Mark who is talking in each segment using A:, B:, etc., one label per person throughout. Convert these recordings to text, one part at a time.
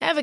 A: Ever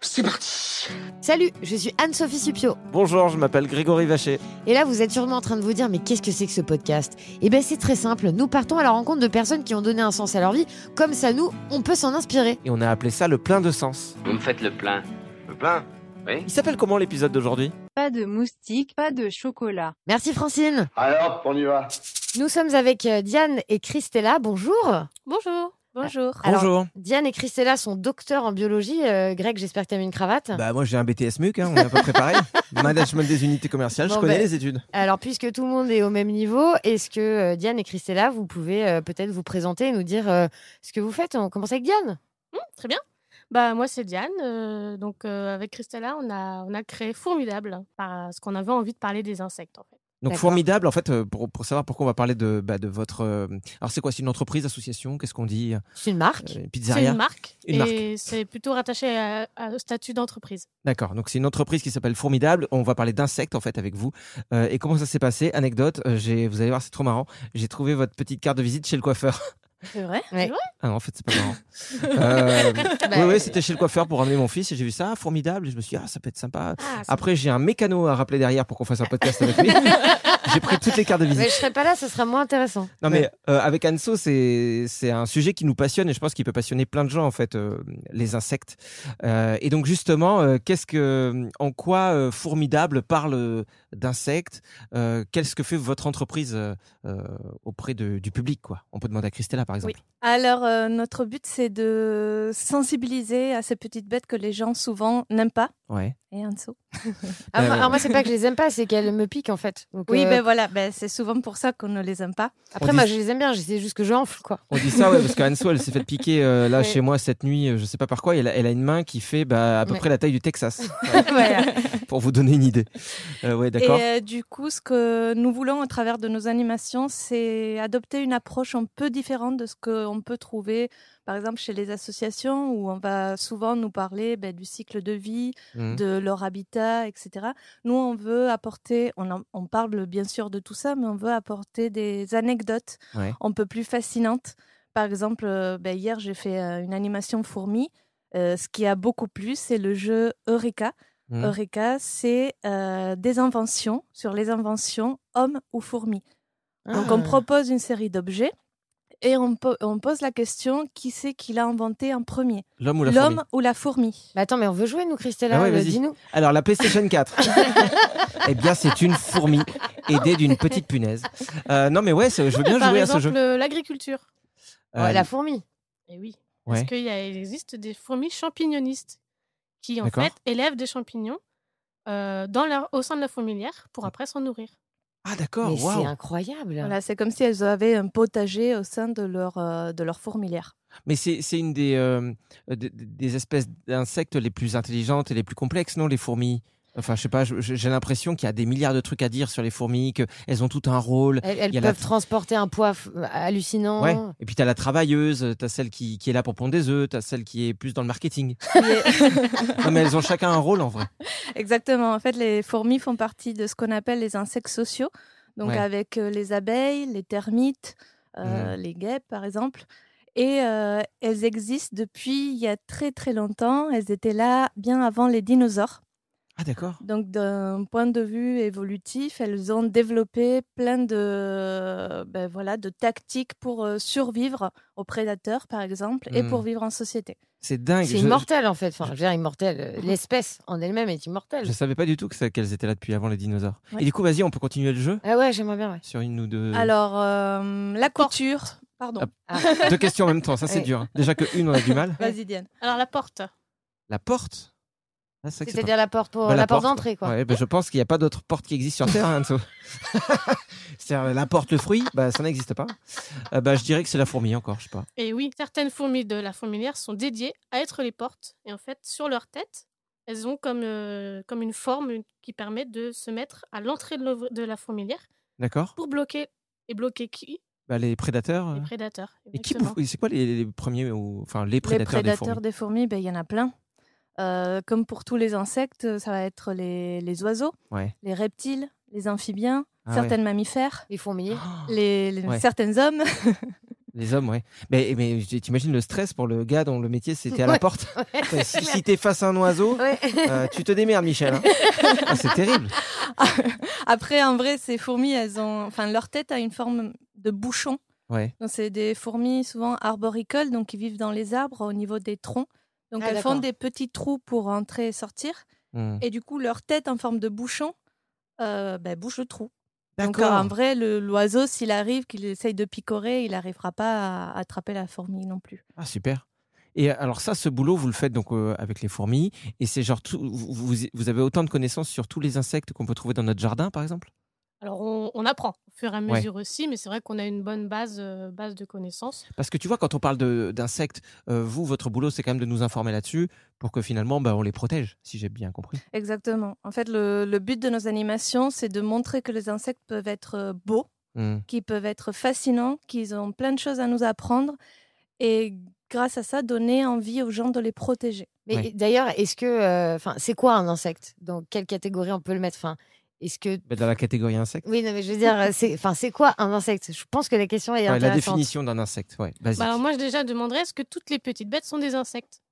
B: C'est parti
C: Salut, je suis Anne-Sophie Supio.
D: Bonjour, je m'appelle Grégory Vacher.
C: Et là, vous êtes sûrement en train de vous dire, mais qu'est-ce que c'est que ce podcast Eh bien, c'est très simple. Nous partons à la rencontre de personnes qui ont donné un sens à leur vie. Comme ça, nous, on peut s'en inspirer.
D: Et on a appelé ça le plein de sens.
E: Vous me faites le plein. Le plein Oui.
D: Il s'appelle comment l'épisode d'aujourd'hui
F: Pas de moustiques, pas de chocolat.
C: Merci, Francine.
B: Alors, on y va
C: Nous sommes avec euh, Diane et Christella. Bonjour.
G: Bonjour. Bonjour.
C: Alors,
D: Bonjour.
C: Diane et Christella sont docteurs en biologie. Euh, Greg, j'espère que tu as mis une cravate.
D: Bah moi j'ai un BTS MUC, hein, on est à peu près pareil. Management des unités commerciales,
C: Bon,
D: je connais
C: ben-
D: les études.
C: Alors, puisque tout le monde est au même niveau, est-ce que euh, Diane et Christella, vous pouvez euh, peut-être vous présenter et nous dire euh, ce que vous faites On commence avec Diane.
G: Très bien. Bah moi c'est Diane. euh, donc euh, avec Christella on a on a créé Formidable parce qu'on avait envie de parler des insectes en fait.
D: Donc
C: D'accord.
D: formidable en fait euh, pour, pour savoir pourquoi on va parler de, bah, de votre... euh, Alors c'est quoi, c'est une entreprise, association, qu'est-ce qu'on dit euh,
C: C'est une marque.
D: une
G: C'est
D: Pizzeria
G: une marque
D: Une marque.
G: et c'est plutôt rattaché à- à- au statut d'entreprise.
D: D'accord, donc c'est une entreprise qui s'appelle Formidable. On va parler d'insectes en fait avec vous. Euh, et comment ça s'est passé Anecdote, euh, j'ai- vous allez voir c'est trop marrant. J'ai trouvé votre petite carte de visite chez le coiffeur.
G: C'est vrai.
C: Ouais.
D: Ah non, en fait c'est pas marrant. Euh,
C: Bah,
D: oui, oui, c'était chez le coiffeur pour ramener mon fils et j'ai vu ça, ah, formidable. Et je me suis dit, ah, ça peut être sympa.
G: Ah, c'est-
D: Après, j'ai un mécano à rappeler derrière pour qu'on fasse un podcast avec lui. j'ai pris toutes les cartes de
C: Mais je
D: visite.
C: serais pas là, ce sera moins intéressant.
D: Non, mais euh, avec Anso, c'est c'est un sujet qui nous passionne et je pense qu'il peut passionner plein de gens, en fait, euh, les insectes. Euh, et donc, justement, euh, qu'est-ce que, en quoi euh, Formidable parle euh, d'insectes Euh, Qu'est-ce que fait votre entreprise euh, euh, auprès de- du public, quoi On peut demander à Christella, par exemple.
H: Alors, euh, notre but, c'est de sensibiliser à ces petites bêtes que les gens souvent n'aiment pas.
D: Ouais.
H: Et en dessous.
C: Ah, moi-
D: Euh,
C: Alors, moi, c'est pas que je les aime pas, c'est qu'elles me piquent en fait. Donc,
H: Oui,
C: euh,
H: ben voilà, ben, c'est souvent pour ça qu'on ne les aime pas.
C: Après,
D: On
C: moi,
D: dit-
C: je les aime bien, je- c'est juste que je enfle, quoi.
D: On dit ça, ouais, parce qu'Anso, elle s'est fait piquer euh, là
C: Ouais.
D: chez moi cette nuit, euh, je sais pas par quoi. et Elle a, elle a une main qui fait bah, à peu
C: Ouais.
D: près la taille du Texas,
H: Voilà.
D: pour vous donner une idée. Euh, ouais,
H: Et
D: d'accord.
H: euh, du coup, ce que nous voulons au travers de nos animations, c'est adopter une approche un peu différente de ce qu'on peut trouver, par exemple, chez les associations, où on va souvent nous parler ben, du cycle de vie,
D: Mhm.
H: euh, de leur habitat, etc. Nous, on veut apporter, on, en- on parle bien sûr de tout ça, mais on veut apporter des anecdotes
D: Ouais.
H: un peu plus fascinantes. Par exemple, euh, ben, hier, j'ai fait euh, une animation fourmi. Euh, ce qui a beaucoup plu, c'est le jeu Eureka.
D: Mhm.
H: Eureka, c'est euh, des inventions sur les inventions hommes ou fourmis. Donc, on
C: Ah.
H: propose une série d'objets et on, po- on pose la question qui c'est qui l'a inventé en premier
D: L'homme ou la fourmi
H: L'homme ou la fourmi
C: Mais Bah, attends, mais on veut jouer, nous, Christella
D: Ah ouais,
C: euh,
D: vas-y.
C: Dis-nous.
D: Alors, la PlayStation 4, eh bien, c'est une fourmi aidée d'une petite punaise. Euh, non, mais ouais, c'est- je veux bien
G: Par
D: jouer à ce
G: exemple
D: jeu.
G: euh, l'agriculture.
C: Ouais,
D: Euh,
C: la fourmi.
G: Et oui.
D: Ouais.
G: Parce qu'il y a- il existe des fourmis champignonistes qui en
D: D'accord.
G: fait élèvent des champignons euh, dans leur, au sein de la fourmilière pour après s'en nourrir.
D: Ah, d'accord,
C: mais
D: waouh.
C: c'est incroyable.
H: Voilà, c'est comme si elles avaient un potager au sein de leur, euh, de leur fourmilière.
D: Mais c'est c'est une euh, des, euh, des, des espèces d'insectes les plus intelligentes et les plus complexes, non, les fourmis Enfin, je sais pas, je- je- j'ai l'impression qu'il y a des milliards de trucs à dire sur les fourmis, qu'elles ont tout un rôle.
C: Elles,
D: Il
C: elles
D: y a
C: peuvent
D: la-
C: transporter un poids f- hallucinant.
D: Ouais. Et puis, tu as la travailleuse, tu as celle qui, qui est là pour pondre des œufs, tu as celle qui est plus dans le marketing. non, mais elles ont chacun un rôle en vrai.
H: Exactement. En fait, les fourmis font partie de ce qu'on appelle les insectes sociaux, donc
D: Ouais.
H: avec euh, les abeilles, les termites, euh, les guêpes, par exemple. Et euh, elles existent depuis il y a très très longtemps. Elles étaient là bien avant les dinosaures.
D: Ah, d'accord.
H: Donc, d'un point de vue évolutif, elles ont développé plein de, ben voilà, de tactiques pour euh, survivre aux prédateurs, par exemple, et
C: Mm.
H: pour vivre en société.
D: C'est dingue.
C: C'est
D: Je-
C: immortel en fait. Enfin, je veux dire, immortel. euh, L'espèce en elle-même est immortelle.
D: Je savais pas du tout que ça- qu'elles étaient là depuis avant les dinosaures.
C: Ouais.
D: Et du coup, vas-y, on peut continuer le jeu
C: Ah ouais, j'aimerais bien. Ouais.
D: sur une ou deux.
H: Alors, euh, la couture. Pardon.
D: Ah, Deux questions en même temps, ça c'est
H: Ouais.
D: dur. hein. Déjà que une, on a du mal.
H: Vas-y, Diane.
G: Alors la porte.
D: La porte Ah, c'est vrai que c'est pas-
C: C'est-à-dire la porte pour
D: Bah,
C: la, porte
D: porte,
C: d'entrée, quoi.
D: Ouais, bah, je pense qu'il n'y a pas d'autre porte qui existe sur Terre. hein, Anso. C'est-à-dire la porte, le fruit, bah, ça n'existe pas. Euh, bah, je dirais que c'est la fourmi encore, je sais pas.
G: Et oui, certaines fourmis de la fourmilière sont dédiées à être les portes. Et en fait, sur leur tête, elles ont comme, euh, comme une forme une- qui permet de se mettre à l'entrée de, l'ouvre- de la fourmilière
D: D'accord
G: pour bloquer. Et bloquer qui
D: bah, Les prédateurs. euh,
G: Les prédateurs.
D: Et qui
G: exactement.
D: bouffe- C'est quoi les, les premiers, ou... enfin les prédateurs,
H: les
D: des
H: prédateurs
D: fourmis
H: des fourmis, ben, il y en a plein. Euh, comme pour tous les insectes, euh, ça va être les, les oiseaux,
D: Ouais.
H: les reptiles, les amphibiens,
D: Ah
H: certains mammifères,
C: Les fourmiliers.
H: les, les-
D: Ouais.
H: certains hommes.
D: Les hommes, ouais. Mais, mais t'imagines le stress pour le gars dont le métier c'était à la
C: Ouais.
D: porte
C: Ouais, c'est
D: Si,
C: clair.
D: si t'es face à un oiseau,
C: Ouais.
D: euh, tu te démerdes, Michel. hein. Ah, c'est terrible.
H: Après, en vrai, ces fourmis, elles ont, enfin, leur tête a une forme de bouchon.
D: Ouais.
H: Donc, c'est des fourmis souvent arboricoles, donc qui vivent dans les arbres au niveau des troncs. Donc,
C: Ah,
H: elles font
C: d'accord.
H: des petits trous pour entrer et sortir.
D: Hmm.
H: Et du coup, leur tête en forme de bouchon euh, ben, bouche le trou. Donc,
C: euh,
D: D'accord.
H: en vrai, le- l'oiseau, s'il arrive, qu'il essaye de picorer, il n'arrivera pas à attraper la fourmi non plus.
D: Ah, super. Et alors ça, ce boulot, vous le faites donc euh, avec les fourmis, et c'est genre tout, vous, vous- vous avez autant de connaissances sur tous les insectes qu'on peut trouver dans notre jardin, par exemple
G: Alors on, on apprend au fur et à
D: Ouais.
G: mesure aussi, mais c'est vrai qu'on a une bonne base, euh, base de connaissances.
D: Parce que tu vois, quand on parle de- d'insectes, euh, vous, votre boulot, c'est quand même de nous informer là-dessus pour que finalement, bah, on les protège, si j'ai bien compris.
H: Exactement. En fait, le, le but de nos animations, c'est de montrer que les insectes peuvent être euh, beaux,
D: Hmm.
H: qu'ils peuvent être fascinants, qu'ils ont plein de choses à nous apprendre et grâce à ça, donner envie aux gens de les protéger.
C: Mais
D: Ouais.
C: d'ailleurs, est-ce que, euh, enfin, c'est quoi un insecte Dans quelle catégorie on peut le mettre Enfin, est-ce que,
D: Bah, dans la catégorie insecte.
C: oui, non, mais je veux dire, euh, c'est, enfin, c'est quoi un insecte Je pense que la question est
D: Ouais, la
C: intéressante.
D: définition d'un insecte, ouais. Vas-y.
G: Bah, alors moi, je déjà demanderais est-ce que toutes les petites bêtes sont des insectes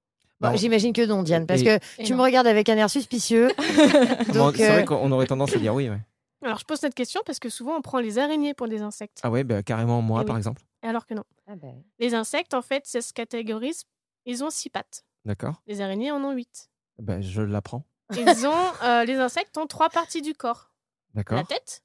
C: Bon,
D: Non.
C: J'imagine que non, Diane, parce
D: Bah, Et-
C: que
G: Et
C: tu
G: non.
C: me regardes avec un air suspicieux.
D: Comment-
C: donc,
D: C'est
C: euh,
D: vrai qu'on aurait tendance à dire oui. ouais.
G: Alors je pose cette question parce que souvent on prend les araignées pour des insectes,
D: Ah ouais, bah, carrément moi,
G: Eh oui.
D: par exemple.
G: alors que non.
C: Ah ben,
G: Les insectes, en fait, ça se catégorise. Ils ont six pattes.
D: D'accord.
G: Les araignées en ont huit.
D: Bah, je l'apprends.
G: Ils ont, euh, les insectes ont trois parties du corps.
D: D'accord.
G: La tête,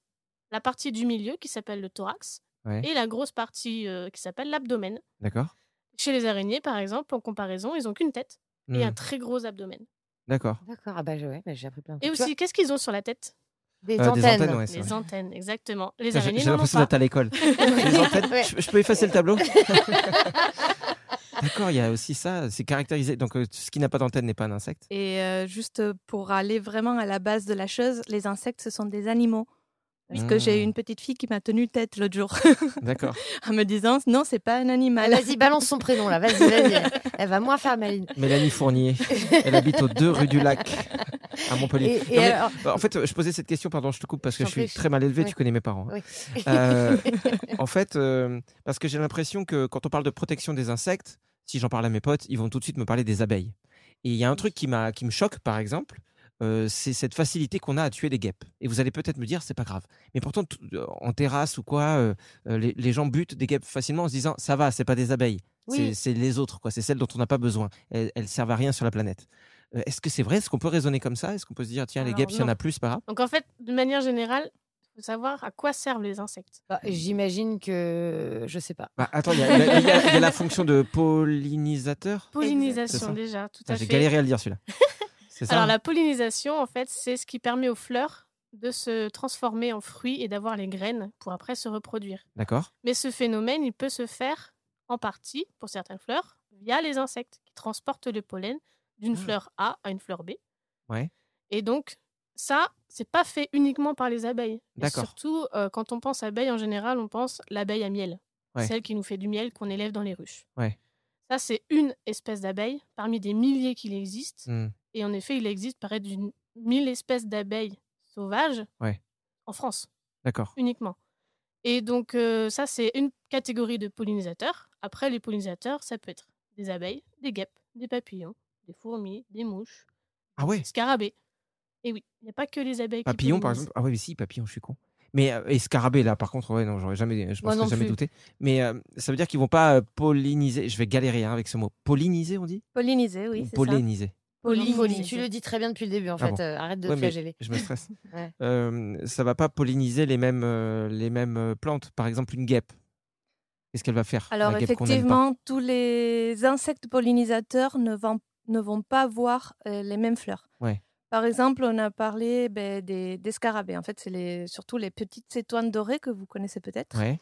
G: la partie du milieu qui s'appelle le thorax
D: Ouais.
G: et la grosse partie euh, qui s'appelle l'abdomen.
D: D'accord.
G: Chez les araignées, par exemple, en comparaison, ils ont qu'une tête et
D: Hmm.
G: un très gros abdomen.
D: D'accord.
C: D'accord, ah bah, je- ouais, bah, j'ai appris plein de
G: Et
C: trucs. Tu
G: aussi, qu'est-ce qu'ils ont sur la tête
C: vois, des,
D: Euh, des
C: antennes.
D: antennes, ouais, c'est
G: Les
D: vrai.
G: antennes, exactement. Les
D: J'ai
G: araignées
D: j'ai
G: n'en ont
D: l'impression
G: pas.
D: d'être à l'école. Les antennes.
C: Ouais.
D: Je, je peux effacer le tableau D'accord, il y a aussi ça, c'est caractérisé. Donc, euh, ce qui n'a pas d'antenne n'est pas un insecte.
H: Et euh, juste pour aller vraiment à la base de la chose, les insectes, ce sont des animaux. Parce que
D: Mm.
H: j'ai une petite fille qui m'a tenu tête l'autre jour
D: D'accord.
H: en me disant non, c'est pas un
C: Ah,
H: animal.
C: vas-y, balance son prénom là, vas-y, vas-y. Elle va moins faire maline.
D: Mélanie Fournier, elle habite aux deux rues du Lac, à Montpellier.
C: Et, et
D: Non, mais,
C: alors,
D: bah, en fait, je posais cette question, pardon, je te coupe parce
C: Je
D: que
C: t'en
D: je suis
C: prie.
D: très mal élevé,
C: Ouais.
D: tu connais mes parents. hein.
C: oui.
D: Euh, en fait, euh, parce que j'ai l'impression que quand on parle de protection des insectes, si j'en parle à mes potes, ils vont tout de suite me parler des abeilles. Et il y a un truc qui, m'a- qui me choque, par exemple, euh, c'est cette facilité qu'on a à tuer les guêpes. Et vous allez peut-être me dire, c'est pas grave. Mais pourtant, tout- euh, en terrasse ou quoi, euh, euh, les, les gens butent des guêpes facilement en se disant, ça va, c'est pas des abeilles,
C: Oui.
D: c'est- c'est les autres, quoi. C'est celles dont on n'a pas besoin. Elles, elles servent à rien sur la planète. Euh, Est-ce que c'est vrai Est-ce qu'on peut raisonner comme ça Est-ce qu'on peut se dire, tiens, les
G: Alors,
D: guêpes, s'il y en
G: non.
D: a plus, c'est pas grave
G: Donc en fait, de manière générale, il faut savoir à quoi servent les insectes.
C: Bah, J'imagine que, je sais pas.
D: Bah, attends, il y, a- il y a- il y a il y a la fonction de pollinisateur. C'est ça.
G: Pollinisation déjà, tout
D: Ah,
G: à
D: J'ai
G: fait.
D: galéré à le dire celui-là. C'est ça
G: Alors
D: hein
G: la pollinisation, en fait, c'est ce qui permet aux fleurs de se transformer en fruits et d'avoir les graines pour après se reproduire.
D: D'accord.
G: Mais ce phénomène, il peut se faire en partie, pour certaines fleurs, via les insectes qui transportent le pollen d'une
D: Ah.
G: fleur A à une fleur B.
D: Ouais.
G: Et donc, ça, c'est pas fait uniquement par les abeilles. Et
D: D'accord.
G: Surtout, euh, quand on pense abeille, en général, on pense l'abeille à miel.
D: Ouais.
G: Celle qui nous fait du miel qu'on élève dans les ruches.
D: Ouais.
G: Ça, c'est une espèce d'abeille parmi des milliers qu'il existe.
D: Hmm.
G: Et en effet, il existe près d'une mille espèces d'abeilles sauvages
D: Ouais.
G: en France
D: D'accord.
G: uniquement. Et donc, euh, ça, c'est une catégorie de pollinisateurs. Après, les pollinisateurs, ça peut être des abeilles, des guêpes, des papillons, des fourmis, des mouches,
D: Ah ouais
G: des scarabées. Et oui, il n'y a pas que les abeilles
D: Papillon,
G: qui
D: par
G: pollinisent.
D: exemple. Ah oui, mais si, papillon, je suis con. Mais euh, et scarabée, là, par contre, ouais, non, j'aurais jamais, je
G: Moi
D: pense que
G: non
D: jamais
G: plus.
D: douté. Mais euh, ça veut dire qu'ils vont pas euh, polliniser. Je vais galérer hein, avec ce mot. Polliniser, on dit
H: Pollinisé, oui,
D: Ou
H: c'est ça.
D: Polliniser.
H: Polliniser.
C: Polliniser. Tu le dis très bien depuis le début, en
D: Ah
C: fait.
D: bon.
C: euh, arrête de
D: Ouais,
C: te
D: mais
C: flageller.
D: Je me stresse.
C: Ouais.
D: Euh, ça va pas polliniser les mêmes, euh, les mêmes euh, plantes. Par exemple, une guêpe. Qu'est-ce qu'elle va faire la
H: Alors
D: guêpe qu'on n'aime pas
H: effectivement, tous les insectes pollinisateurs ne vont, ne vont pas voir euh, les mêmes fleurs.
D: Ouais.
H: Par exemple, on a parlé ben, des, des scarabées. En fait, c'est les, surtout les petites étoiles dorées que vous connaissez peut-être.
D: Ouais,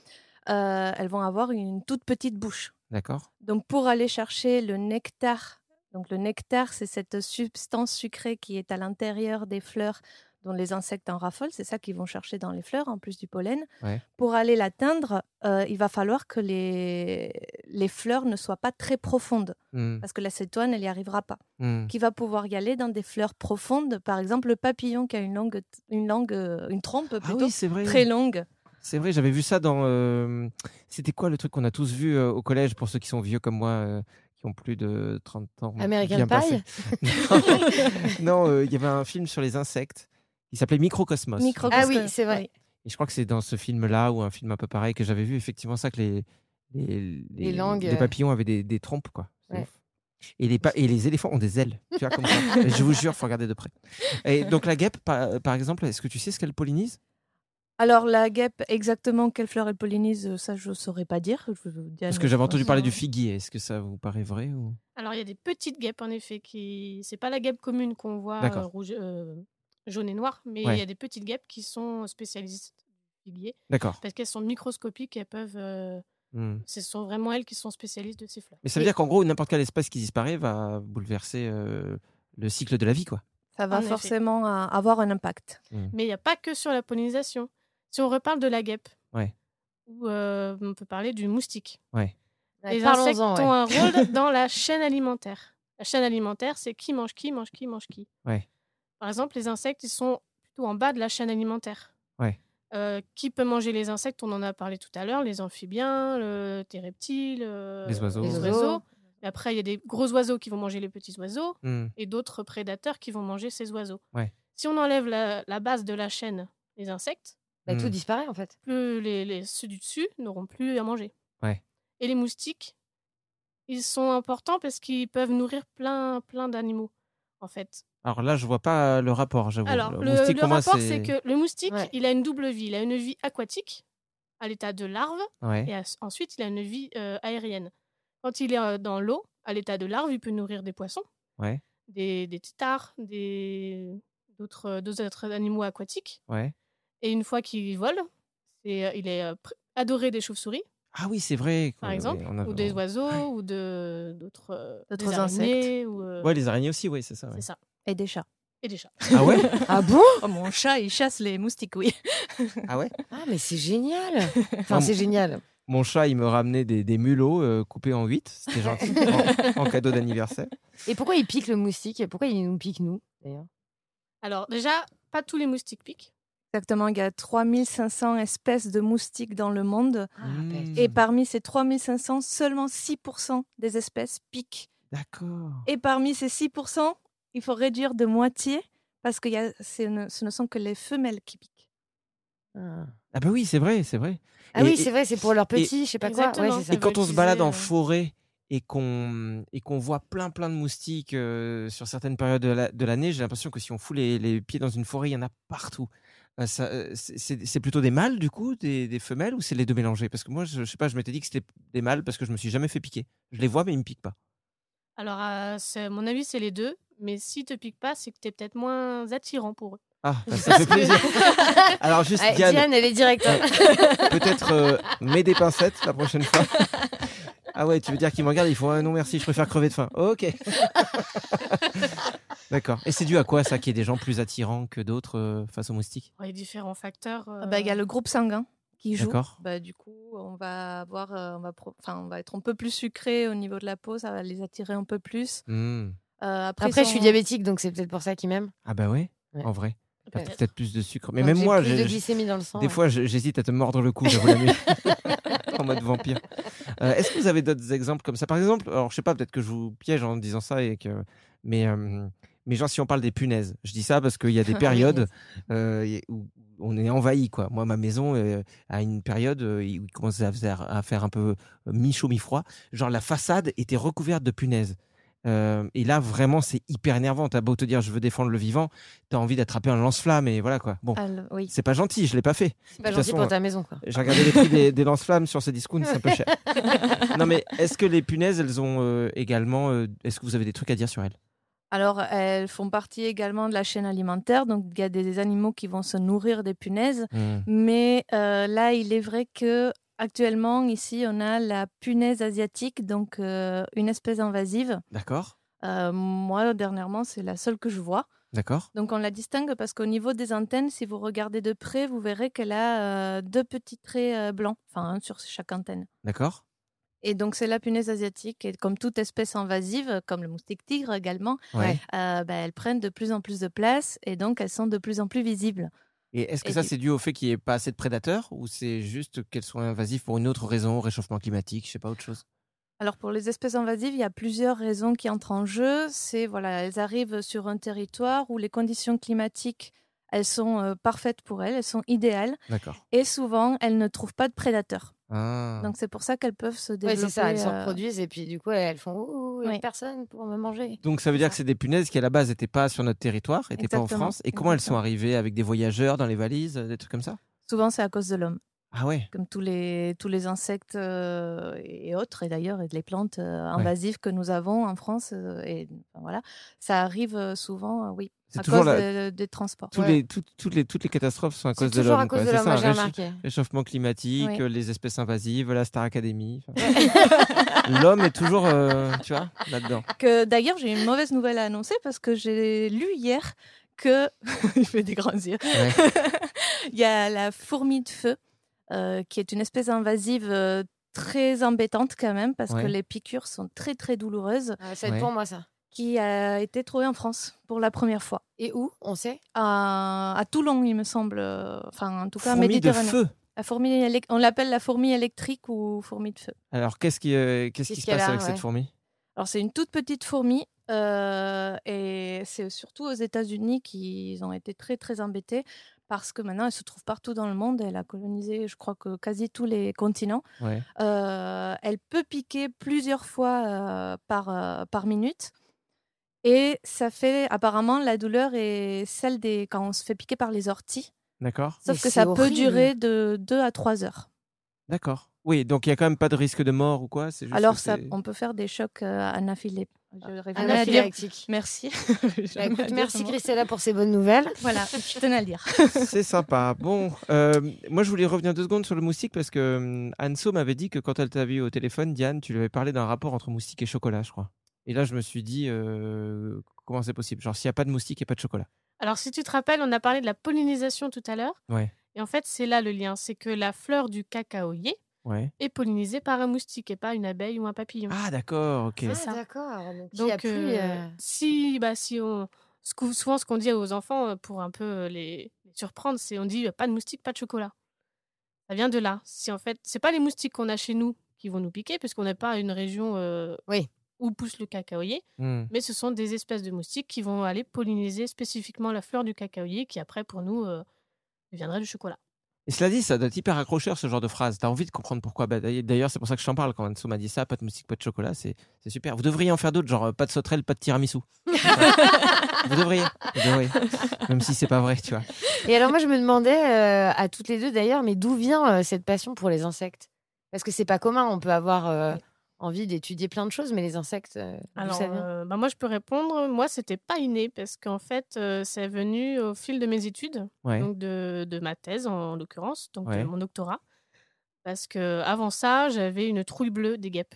H: Euh, elles vont avoir une toute petite bouche.
D: d'accord.
H: Donc pour aller chercher le nectar, donc le nectar, c'est cette substance sucrée qui est à l'intérieur des fleurs dont les insectes en raffolent, c'est ça qu'ils vont chercher dans les fleurs en plus du pollen.
D: Ouais.
H: Pour aller l'atteindre, euh, il va falloir que les, les fleurs ne soient pas très profondes
D: Hmm,
H: parce que la cétoine, elle n'y arrivera pas.
D: hmm.
H: Qui va pouvoir y aller dans des fleurs profondes, par exemple le papillon qui a une langue, une langue, euh, une trompe
D: Ah
H: plutôt
D: oui, c'est vrai.
H: très longue.
D: C'est vrai, j'avais vu ça dans. euh, C'était quoi le truc qu'on a tous vu euh, au collège pour ceux qui sont vieux comme moi, euh, qui ont plus de 30 ans
C: American Pie
D: bien
C: Ah
D: passés. Non, euh, il y avait un film sur les insectes qui s'appelait Microcosmos.
H: Microcosmos.
C: Ah oui, c'est vrai.
H: Oui.
D: Et je crois que c'est dans ce film-là ou un film un peu pareil que j'avais vu effectivement ça que les les,
C: Les langues,
D: les
C: euh.
D: papillons avaient des, des trompes quoi. C'est
C: Ouais.
D: ouf. Et les, pa- et les éléphants ont des ailes, tu vois, comme ça. je vous jure, faut regarder de près. Et donc la guêpe, par, par exemple, est-ce que tu sais ce qu'elle pollinise
H: Alors la guêpe, exactement quelle fleur elle pollinise, euh, ça je ne saurais pas dire. Je vous dis à
D: Parce que
H: notre
D: j'avais entendu
H: façon.
D: parler du figuier. Est-ce que ça vous paraît vrai ou...
G: Alors, il y a des petites guêpes, en effet, qui. C'est pas la guêpe commune qu'on voit euh,
D: D'accord.
G: rouge, euh, jaune et noir, mais il
D: Ouais.
G: y a des petites guêpes qui sont spécialistes du figuier
D: D'accord.
G: parce qu'elles sont microscopiques et elles peuvent. euh,
D: Hmm.
G: Ce sont vraiment elles qui sont spécialistes de ces fleurs.
D: Mais ça veut dire qu'en gros, n'importe quelle espèce qui disparaît va bouleverser euh, le cycle de la vie, quoi. Hmm.
H: Ça
G: En
H: va
G: effet.
H: forcément euh, avoir un impact.
G: Mais il n'y a pas que sur la pollinisation. Si on reparle de la guêpe,
D: Ouais.
G: ou euh, on peut parler du moustique.
C: Ouais,
G: Les insectes
C: Parlons-en.
G: ont
C: ouais.
G: un rôle dans la chaîne alimentaire. La chaîne alimentaire, c'est qui mange qui, mange qui, mange qui.
D: Ouais.
G: Par exemple, les insectes, ils sont plutôt en bas de la chaîne alimentaire.
D: Ouais.
G: Euh, qui peut manger les insectes On en a parlé tout à l'heure, les amphibiens, le- les reptiles, euh,
D: Les oiseaux.
C: Les
G: les
C: oiseaux.
G: oiseaux. Mais après, il y a des gros oiseaux qui vont manger les petits oiseaux
D: Hmm.
G: et d'autres prédateurs qui vont manger ces oiseaux.
D: Ouais.
G: Si on enlève la, la base de la chaîne, les insectes,
C: Bah,
D: Hmm.
C: Tout disparaît, en fait.
G: plus les, les- ceux du dessus n'auront plus à manger.
D: Ouais.
G: Et les moustiques, ils sont importants parce qu'ils peuvent nourrir plein, plein d'animaux, en fait.
D: Alors là, je vois pas le rapport, j'avoue.
G: Alors, le,
D: moustique,
G: le
D: pour moi,
G: rapport, c'est que le moustique,
C: Ouais.
G: il a une double vie. Il a une vie aquatique, à l'état de larve,
D: Ouais.
G: et as- ensuite, il a une vie euh, aérienne. Quand il est euh, dans l'eau, à l'état de larve, il peut nourrir des poissons,
D: Ouais.
G: des, des têtards, des- d'autres euh, d'autres autres animaux aquatiques.
D: Ouais.
G: Et une fois qu'il vole, c'est, euh, il est euh, pr- adoré des chauves-souris,
D: Ah oui, c'est vrai. qu'on-
G: par exemple,
D: on a-
G: ou des oiseaux, ou de, d'autres, euh,
H: D'autres
G: des araignées, ou, euh,
D: Ouais, les araignées aussi, oui, c'est ça. ouais.
G: C'est ça.
H: Et des chats.
G: Et des chats.
D: Ah ouais
C: Ah bon
H: Oh, mon chat, il chasse les moustiques, oui.
D: Ah ouais
C: Ah, mais c'est génial. Enfin,
D: Non,
C: c'est génial.
D: Mon chat, il me ramenait des, des mulots euh, coupés en 8. C'était gentil. en, en cadeau d'anniversaire.
C: Et pourquoi il pique le moustique et Pourquoi il nous pique, nous, d'ailleurs
G: Alors, déjà, pas tous les moustiques piquent.
H: Exactement, il y a 3500 espèces de moustiques dans le monde.
C: Ah,
D: Hmm.
C: bête.
H: Et parmi ces 3500, seulement 6% des espèces piquent.
D: D'accord.
H: Et parmi ces 6%, il faut réduire de moitié parce que y a- c'est ne- ce ne sont que les femelles qui piquent.
C: Ah.
D: Ah bah oui, c'est vrai, c'est vrai.
C: Ah
D: Et-
C: oui,
D: et-
C: c'est vrai, c'est pour leurs petits, je sais pas quoi. Ouais,
G: Exactement.
C: c'est ça.
D: Et
G: Ça
D: quand
G: veut
D: on se balade en
G: utiliser, euh,
D: forêt et qu'on et qu'on voit plein plein de moustiques euh, sur certaines périodes de la- de l'année, j'ai l'impression que si on fout les, les pieds dans une forêt, il y en a partout. Euh, ça, euh, c'est- c'est c'est plutôt des mâles du coup, des, des femelles ou c'est les deux mélangés Parce que moi, je, je sais pas, je m'étais dit que c'était des mâles parce que je me suis jamais fait piquer. Je les vois mais ils me piquent pas.
G: Alors, euh, c'est- à mon avis, c'est les deux. Mais s'ils te piquent pas, c'est que t'es peut-être moins attirant pour eux.
D: Ah, bah, ça fait
G: Parce
D: plaisir.
G: que-
D: Alors juste
C: Ouais, Diane,
D: Diane,
C: elle est directe. hein.
D: peut-être euh, mets des pincettes la prochaine fois. Ah ouais, tu veux dire qu'ils me regardent, ils font ah non merci, je préfère crever de faim. Ok. D'accord. Et c'est dû à quoi ça qu'il y ait des gens plus attirants que d'autres euh, face aux moustiques
G: Il y a différents facteurs. euh.
H: Ah bah, Il y a le groupe sanguin qui joue.
D: D'accord.
H: Bah, du coup, on va, avoir, euh, on, va pro- enfin, on va être un peu plus sucré au niveau de la peau, ça va les attirer un peu plus.
C: Bah.
D: Hmm.
H: Euh,
C: Après,
H: après,
C: je
H: son-
C: suis diabétique, donc c'est peut-être pour ça qu'ils m'aiment.
D: Ah bah ouais,
C: Ouais.
D: en vrai. T'as
C: Peut-être.
D: peut-être plus de sucre. Mais
C: Donc,
D: même
C: j'ai
D: moi,
C: plus
D: j'ai-
C: de glycémie dans le sang.
D: Des
C: ouais.
D: fois, je- j'hésite à te mordre le cou, j'avoue la nuit. en mode vampire. Euh, Est-ce que vous avez d'autres exemples comme ça Par exemple, alors je sais pas, peut-être que je vous piège en disant ça, et que, mais, euh, mais genre si on parle des punaises, je dis ça parce qu'il y a des périodes euh, y- où on est envahi. quoi. Moi, ma maison, euh, à une période euh, où il commençait à faire, à faire un peu euh, mi-chaud, mi-froid, genre la façade était recouverte de punaises. Euh, et là, vraiment, c'est hyper énervant. T'as beau te dire, je veux défendre le vivant, t'as envie d'attraper un lance-flamme, et voilà quoi. Bon,
C: Ah, le- oui.
D: c'est pas gentil, je l'ai pas fait.
C: hein. C'est pas
D: De toute
C: gentil
D: façon, euh,
C: pour ta maison, quoi.
D: J'ai regardé les prix des, des lance-flammes sur ces discounts, c'est un peu cher. non, mais est-ce que les punaises, elles ont euh, également. euh, est-ce que vous avez des trucs à dire sur elles
H: Alors, elles font partie également de la chaîne alimentaire, donc il y a des animaux qui vont se nourrir des punaises.
D: Hmm.
H: Mais euh, là, il est vrai que actuellement ici, on a la punaise asiatique, donc euh, une espèce invasive.
D: D'accord,
H: Euh, moi, dernièrement, c'est la seule que je vois.
D: d'accord.
H: Donc, on la distingue parce qu'au niveau des antennes, si vous regardez de près, vous verrez qu'elle a euh, deux petits traits euh, blancs, enfin un sur chaque antenne.
D: D'accord.
H: Et donc, c'est la punaise asiatique. Et comme toute espèce invasive, comme le moustique tigre également,
D: Ouais.
H: euh, bah, elles prennent de plus en plus de place et donc elles sont de plus en plus visibles.
D: Et est-ce que
H: Et
D: ça,
H: du-
D: c'est dû au fait qu'il n'y ait pas assez de prédateurs ou c'est juste qu'elles sont invasives pour une autre raison, réchauffement climatique, je sais pas, autre chose
H: Alors pour les espèces invasives, il y a plusieurs raisons qui entrent en jeu. C'est voilà, elles arrivent sur un territoire où les conditions climatiques elles sont euh, parfaites pour elles, elles sont idéales
D: D'accord.
H: et souvent elles ne trouvent pas de prédateurs.
D: Ah.
H: Donc c'est pour ça qu'elles peuvent se
C: Ouais,
H: développer.
C: c'est ça, elles se
H: euh,
C: reproduisent et puis du coup, elles font Ouh, il y a
H: Oui.
C: personne pour me manger.
D: Donc ça veut dire que c'est des punaises qui à la base n'étaient pas sur notre territoire, n'étaient pas en
H: Exactement,
D: France. Et comment elles sont
H: exactement.
D: arrivées avec des voyageurs dans les valises, euh, des trucs comme ça
H: Souvent c'est à cause de l'homme,
D: Ah ouais.
H: comme tous les tous les insectes euh, et autres et d'ailleurs et les plantes euh,
D: Ouais.
H: invasives que nous avons en France euh, et enfin, voilà, ça arrive euh, souvent euh, oui
D: C'est
H: à
D: toujours
H: cause
D: la-
H: de- des transports.
D: Tous
C: Ouais.
D: les, toutes- toutes, les, toutes les catastrophes sont à
C: C'est
D: cause de l'homme.
C: toujours à cause de
D: quoi. C'est
C: l'homme,
D: ça,
C: moi, j'ai
D: un réchau-
C: remarqué.
D: Réchauffement climatique,
H: Oui.
D: euh, les espèces invasives, la Star Academy. enfin, L'homme est toujours, euh, tu vois, là-dedans.
H: Ah, que d'ailleurs j'ai une mauvaise nouvelle à annoncer parce que j'ai lu hier que il fait des grands yeux.
D: Ouais.
H: Il y a la fourmi de feu euh, qui est une espèce invasive euh, très embêtante quand même parce
D: Ouais.
H: que les piqûres sont très très douloureuses
C: Ah, ça va être
D: Ouais.
C: pour moi, ça.
H: qui a été trouvée en France pour la première fois
C: Et où On sait
H: à, à Toulon il me semble euh, enfin en tout cas en
D: Fourmi de
H: Méditerranée.
D: feu.
H: La fourmi élec- on l'appelle la fourmi électrique ou fourmi de feu.
D: Alors, qu'est-ce qui, euh, qu'est-ce qui
C: Qu'est-ce
D: se
C: qu'elle
D: passe
C: a,
D: avec cette
C: ouais.
D: fourmi
H: Alors c'est une toute petite fourmi euh, et c'est surtout aux États-Unis qu'ils ont été très très embêtés parce que maintenant elle se trouve partout dans le monde. Elle a colonisé, je crois que quasi tous les continents.
D: Ouais.
H: Euh, elle peut piquer plusieurs fois euh, par euh, par minute. Et ça fait apparemment la douleur est celle des quand on se fait piquer par les orties,
D: D'accord
H: sauf
C: Mais
H: que
C: c'est
H: ça peut
C: horrible.
H: durer de 2 à 3 heures.
D: D'accord. Oui, donc il n'y a quand même pas de risque de mort ou quoi c'est juste
H: Alors
D: que
H: ça,
D: c'est-
H: on peut faire des chocs euh, anaphylé- je revenais à dire-
C: Anaphylactique.
H: Merci.
C: Bah, écoute, merci
H: Christophe.
C: Christella pour ces bonnes nouvelles.
H: Voilà, je tenais à le dire.
D: C'est sympa. Bon, euh, moi je voulais revenir deux secondes sur le moustique parce que hum, Anso m'avait dit que quand elle t'a vu au téléphone, Diane, tu lui avais parlé d'un rapport entre moustique et chocolat, je crois. Et là, je me suis dit, euh, comment c'est possible Genre, s'il n'y a pas de moustique, il n'y a pas de chocolat.
G: Alors, si tu te rappelles, on a parlé de la pollinisation tout à l'heure.
D: Ouais.
G: Et en fait, c'est là le lien. C'est que la fleur du cacaoyer
D: Ouais.
G: est pollinisée par un moustique et pas une abeille ou un papillon.
D: Ah, d'accord, ok.
C: Ah,
G: ça.
C: d'accord. Donc, il y
G: Donc,
C: a plus.
G: euh,
C: euh,
G: si, bah, si on... ce que- souvent, ce qu'on dit aux enfants euh, pour un peu euh, les, les surprendre, c'est on dit euh, pas de moustiques, pas de chocolat. Ça vient de là. Si en fait, c'est pas les moustiques qu'on a chez nous qui vont nous piquer, puisqu'on n'est pas une région euh,
C: Oui.
G: où pousse le cacaoyer,
D: Hmm.
G: mais ce sont des espèces de moustiques qui vont aller polliniser spécifiquement la fleur du cacaoyer, qui après, pour nous, euh, deviendrait du chocolat.
D: Et cela dit, ça doit être hyper accrocheur ce genre de phrase. T'as envie de comprendre pourquoi. Bah, d'ailleurs- D'ailleurs, c'est pour ça que je t'en parle quand Anso m'a dit ça. Pas de moustique, pas de chocolat, c'est c'est super. Vous devriez en faire d'autres, genre euh, pas de sauterelle, pas de tiramisu. vous devriez, vous devriez. Même si c'est pas vrai, tu vois.
C: Et alors, moi, je me demandais euh, à toutes les deux d'ailleurs, mais d'où vient euh, cette passion pour les insectes Parce que c'est pas commun. On peut avoir euh, envie d'étudier plein de choses, mais les insectes, euh, d'où
G: Alors,
C: ça vient
G: euh, bah, moi, je peux répondre. Moi, c'était pas inné, parce qu'en fait, euh, c'est venu au fil de mes études.
D: Ouais.
G: donc de, de ma thèse en l'occurrence, donc euh,
D: Ouais.
G: de mon doctorat. Parce que avant ça, j'avais une trouille bleue des guêpes.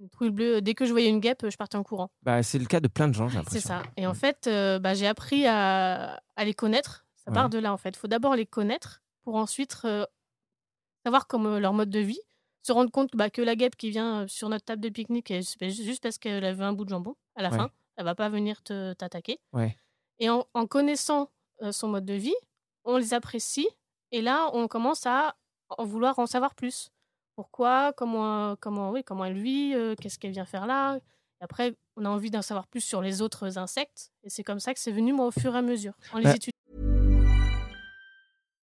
G: Une trouille bleue. Dès que je voyais une guêpe, je partais en courant.
D: Bah, c'est le cas de plein de gens, j'ai
G: C'est
D: l'impression. Mm.
G: ça. Et en fait, euh, bah, j'ai appris à, à les connaître. Ça
D: Ouais.
G: part de là, en fait. Il faut d'abord les connaître pour ensuite euh, savoir comment leur mode de vie, se rendre compte bah, que la guêpe qui vient euh, sur notre table de pique-nique, elle- c'est juste parce qu'elle avait un bout de jambon, à la
D: Ouais.
G: fin, elle va pas venir te- t'attaquer.
D: Ouais.
G: Et en, en connaissant euh, son mode de vie, on les apprécie. Et là, on commence à en vouloir en savoir plus. Pourquoi Comment, comment, oui, comment elle vit euh, Qu'est-ce qu'elle vient faire là Et Après, on a envie d'en savoir plus sur les autres insectes. Et c'est comme ça que c'est venu, moi, au fur et à mesure, en les
I: Bah,
G: étudiant.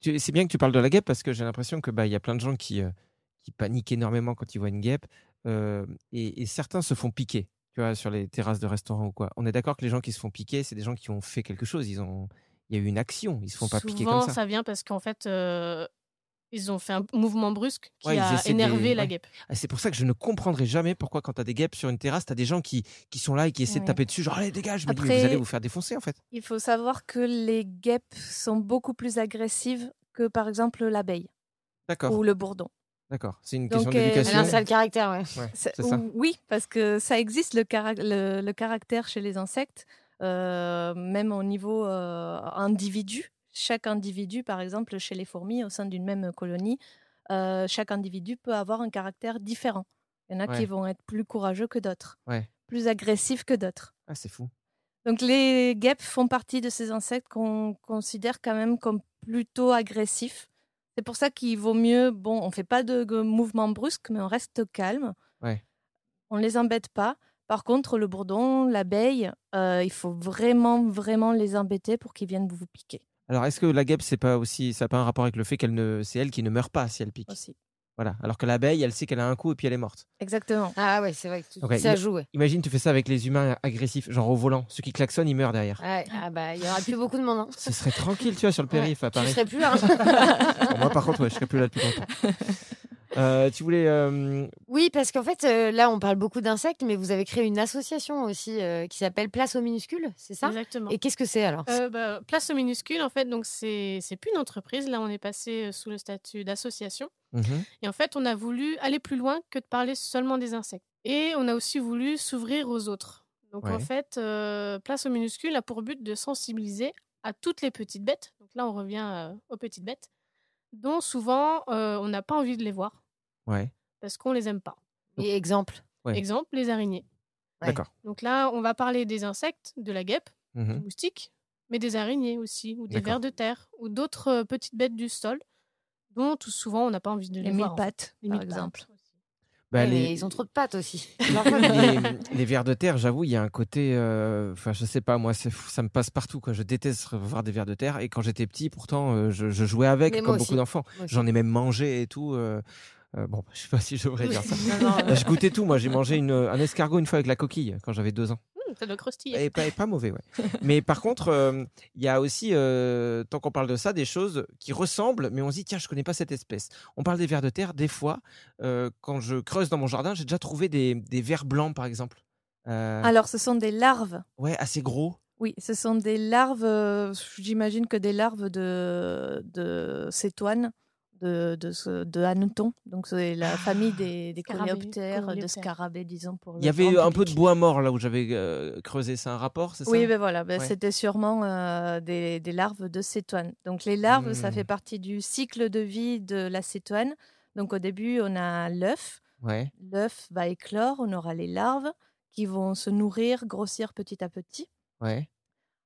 D: Tu- C'est bien que tu parles de la guêpe parce que j'ai l'impression que bah, il y a plein de gens qui, euh, qui paniquent énormément quand ils voient une guêpe euh, et, et certains se font piquer. Tu vois, sur les terrasses de restaurants ou quoi. On est d'accord que les gens qui se font piquer, c'est des gens qui ont fait quelque chose. Ils ont, il y a eu une action. Ils se font pas piquer
G: Souvent,
D: comme ça.
G: vient parce qu'en fait, euh, ils ont fait un mouvement brusque qui
D: Ouais, ils
G: a
D: essaient de les-
G: énervé la
D: ouais.
G: guêpe.
D: Ah, C'est pour ça que je ne comprendrai jamais pourquoi, quand tu as des guêpes sur une terrasse, tu as des gens qui, qui sont là et qui essaient de
H: Ouais.
D: taper dessus, genre, allez, dégage, je me dis, mais
H: Après-
D: vous allez vous faire défoncer en fait.
H: Il faut savoir que les guêpes sont beaucoup plus agressives que par exemple l'abeille
D: D'accord.
H: ou le bourdon.
D: D'accord. C'est une
H: Donc,
D: question
H: euh,
D: d'éducation.
H: elle a un sale
C: caractère, ouais.
D: Ouais,
H: Ça-
D: c'est ça.
H: ou- Oui, parce que ça existe le, cara- le- le caractère chez les insectes, euh, même au niveau euh, individu. Chaque individu, par exemple, chez les fourmis, au sein d'une même colonie, euh, chaque individu peut avoir un caractère différent. Il y en a
D: Ouais.
H: qui vont être plus courageux que d'autres,
D: Ouais.
H: plus agressifs que d'autres.
D: Ah, c'est fou.
H: Donc les guêpes font partie de ces insectes qu'on considère quand même comme plutôt agressifs. C'est pour ça qu'il vaut mieux, bon, on ne fait pas de g- mouvements brusques, mais on reste calme,
D: Ouais.
H: on ne les embête pas. Par contre, le bourdon, l'abeille, euh, il faut vraiment, vraiment les embêter pour qu'ils viennent vous piquer.
D: Alors, est-ce que la guêpe, c'est pas aussi, ça n'a pas un rapport avec le fait qu'elle ne, c'est elle qui ne meurt pas si elle pique
H: Aussi.
D: Voilà. Alors que l'abeille, elle sait qu'elle a un coup et puis elle est morte.
H: Exactement.
C: Ah ouais, c'est vrai que tout
D: Donc, ouais,
C: ça
D: ima-
C: joue. ouais.
D: Imagine, tu fais ça avec les humains agressifs, genre au volant. Ceux qui klaxonnent, ils meurent derrière.
C: Ouais, ah bah, il y aura plus beaucoup de monde. hein.
D: Ce serait tranquille, tu vois, sur le
C: Ouais.
D: périph' à Paris.
C: Tu serais plus là. hein.
D: Bon, moi, par contre, ouais, je serais plus là depuis longtemps. Euh, tu voulais. euh,
C: Oui, parce qu'en fait, euh, là, on parle beaucoup d'insectes, mais vous avez créé une association aussi euh, qui s'appelle Place aux minuscules, c'est ça
G: Exactement.
C: Et qu'est-ce que c'est alors
G: Euh, bah, place aux minuscules, en fait, donc c'est c'est plus une entreprise. Là, on est passé euh, sous le statut d'association.
D: Mhm.
G: Et en fait, on a voulu aller plus loin que de parler seulement des insectes. Et on a aussi voulu s'ouvrir aux autres. Donc en
J: Ouais.
G: fait, euh, Place aux minuscules a pour but de sensibiliser à toutes les petites bêtes. Donc là, on revient euh, aux petites bêtes, dont souvent euh, on n'a pas envie de les voir
D: Ouais.
G: parce qu'on les aime pas.
C: Et exemple
D: Ouais.
G: Exemple, les araignées.
D: D'accord.
G: Donc là, on va parler des insectes, de la guêpe,
D: Mhm.
G: des moustiques, mais des araignées aussi, ou des
D: D'accord.
G: vers de terre, ou d'autres euh, petites bêtes du sol, dont tout souvent on n'a pas envie de les,
H: mille
G: voir. en fait.
H: pattes,
G: Les
H: par
G: mille pattes.
H: exemple.
D: Bah,
C: Ouais, mais
D: les-
C: Ils ont trop de pattes aussi.
D: les, les vers de terre, j'avoue, il y a un côté. euh, Enfin, je sais pas, moi, c'est fou, ça me passe partout. Quoi. Je déteste voir des vers de terre. Et quand j'étais petit, pourtant, euh, je, je jouais avec,
C: Mais moi
D: comme
C: aussi.
D: beaucoup d'enfants.
C: Moi aussi.
D: J'en ai même mangé et tout. euh, euh, bon, je sais pas si je devrais dire ça. Bah,
G: Non, non, euh.
D: je goûtais tout. Moi, j'ai mangé une- un escargot une fois avec la coquille quand j'avais deux ans.
G: Hum, ça doit croustiller.
D: Et pas, et pas mauvais, ouais. mais par contre, euh, il y a aussi, euh, tant qu'on parle de ça, des choses qui ressemblent, mais on se dit, tiens, je connais pas cette espèce. On parle des vers de terre, des fois, euh, quand je creuse dans mon jardin, j'ai déjà trouvé des, des vers blancs, par exemple. Euh,
H: Alors ce sont des larves.
D: Ouais, assez gros.
H: Oui, ce sont des larves, euh, j'imagine que des larves de, de cétoines, de, de, ce- de hannetons. Donc, c'est la famille des, des
C: Scarabées,
H: coléoptères, de
C: coléoptères.
H: scarabées, disons. Pour
D: Il
H: le
D: y avait
H: grand
D: un peu
H: public.
D: de bois mort là où j'avais euh, creusé. C'est un rapport, c'est ça
H: Oui, ben voilà, ben
D: Ouais.
H: c'était sûrement euh, des, des larves de cétoine. Donc les larves, ça
D: Hmm.
H: fait partie du cycle de vie de la cétoine, Donc au début, on a l'œuf.
D: Ouais.
H: L'œuf va éclore, on aura les larves qui vont se nourrir, grossir petit à petit.
D: Ouais.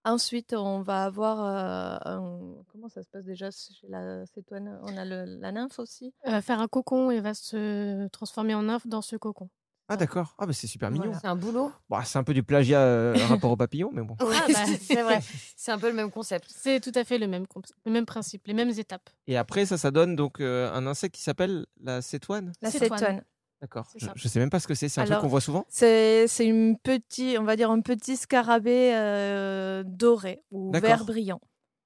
H: Ensuite, on va avoir euh, un- comment ça se passe déjà chez la cétoine On a le- la nymphe aussi.
G: Euh, faire un cocon et va se transformer en nymphe dans ce cocon.
D: Ah d'accord. Ah bah c'est super mignon.
C: C'est un boulot.
D: Bah, c'est un peu du plagiat euh, rapport au papillon, mais bon.
G: Ah, bah, c'est vrai.
C: C'est un peu le même concept.
G: C'est tout à fait le même, comp- le même principe, les mêmes étapes.
D: Et après, ça, ça donne donc euh, un insecte qui s'appelle la cétoine.
H: La Cétoine. cétoine.
D: D'accord.
H: C'est
D: Je,
H: ça.
D: je sais même pas ce que c'est. C'est un truc
H: Alors,
D: qu'on voit souvent.
H: C'est c'est une petite, on va dire un petit scarabée euh, doré ou
D: D'accord.
H: vert brillant.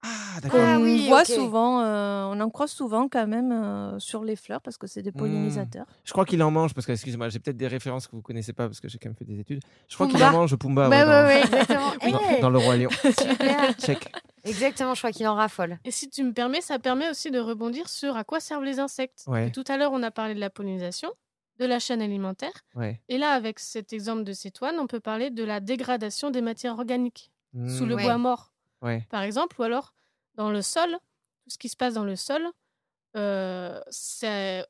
H: Ah,
D: d'accord.
H: On
D: Ah oui,
H: voit
D: ok.
H: souvent, euh, on en croise souvent quand même euh, sur les fleurs parce que c'est
D: Mmh.
H: des pollinisateurs.
D: Je crois qu'il en mange parce que, excusez-moi, j'ai peut-être des références que vous connaissez pas parce que j'ai quand même fait des études. Je crois qu'il
C: Pumba.
D: en mange Pumba.
C: Bah ouais,
D: Ah ouais, dans-
C: ouais, exactement.
D: dans,
A: Eh.
C: Hey.
D: dans le roi lion.
C: Super.
D: Check.
C: Exactement, je crois qu'il en raffole.
G: Et si tu me permets, ça permet aussi de rebondir sur à quoi servent les insectes.
D: Ouais.
G: Et Tout à l'heure, on a parlé de la pollinisation, de la chaîne alimentaire.
D: Ouais.
G: Et là, avec cet exemple de cétoine, on peut parler de la dégradation des matières organiques sous
D: Mm.
G: le
D: Ouais.
G: bois mort,
D: Ouais.
G: par exemple, ou alors dans le sol. Tout ce qui se passe dans le sol, euh, c'est